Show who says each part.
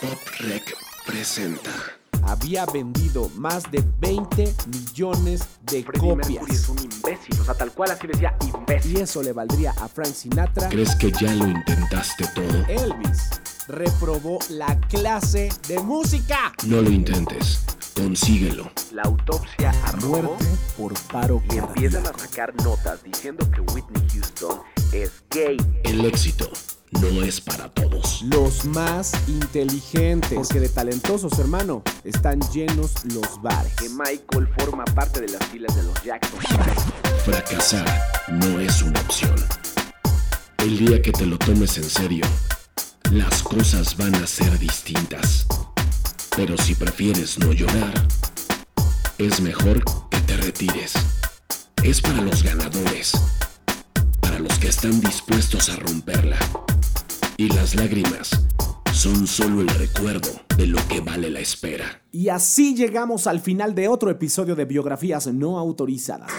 Speaker 1: Pop Rec presenta.
Speaker 2: había vendido más de 20 millones de
Speaker 3: Freddie Mercury es
Speaker 2: copias.
Speaker 3: un imbécil. O sea, tal cual así decía imbécil.
Speaker 2: Y eso le valdría a Frank Sinatra.
Speaker 1: ¿Crees que ya lo intentaste todo?
Speaker 2: Elvis reprobó la clase de música.
Speaker 1: No lo intentes. Consíguelo.
Speaker 3: La autopsia a
Speaker 2: Muerte por paro
Speaker 3: y empiezan a
Speaker 2: cardíaco.
Speaker 3: sacar notas diciendo que Whitney Houston es gay.
Speaker 1: El éxito no es para todos.
Speaker 2: Los más inteligentes. Porque de talentosos, hermano, están llenos los bares.
Speaker 3: Que Michael forma parte de las filas de los Jackson.
Speaker 1: Fracasar no es una opción. El día que te lo tomes en serio, las cosas van a ser distintas. Pero si prefieres no llorar, es mejor que te retires. Es para los ganadores, para los que están dispuestos a romperla. Y las lágrimas son solo el recuerdo de lo que vale la espera.
Speaker 2: Y así llegamos al final de otro episodio de Biografías No Autorizadas.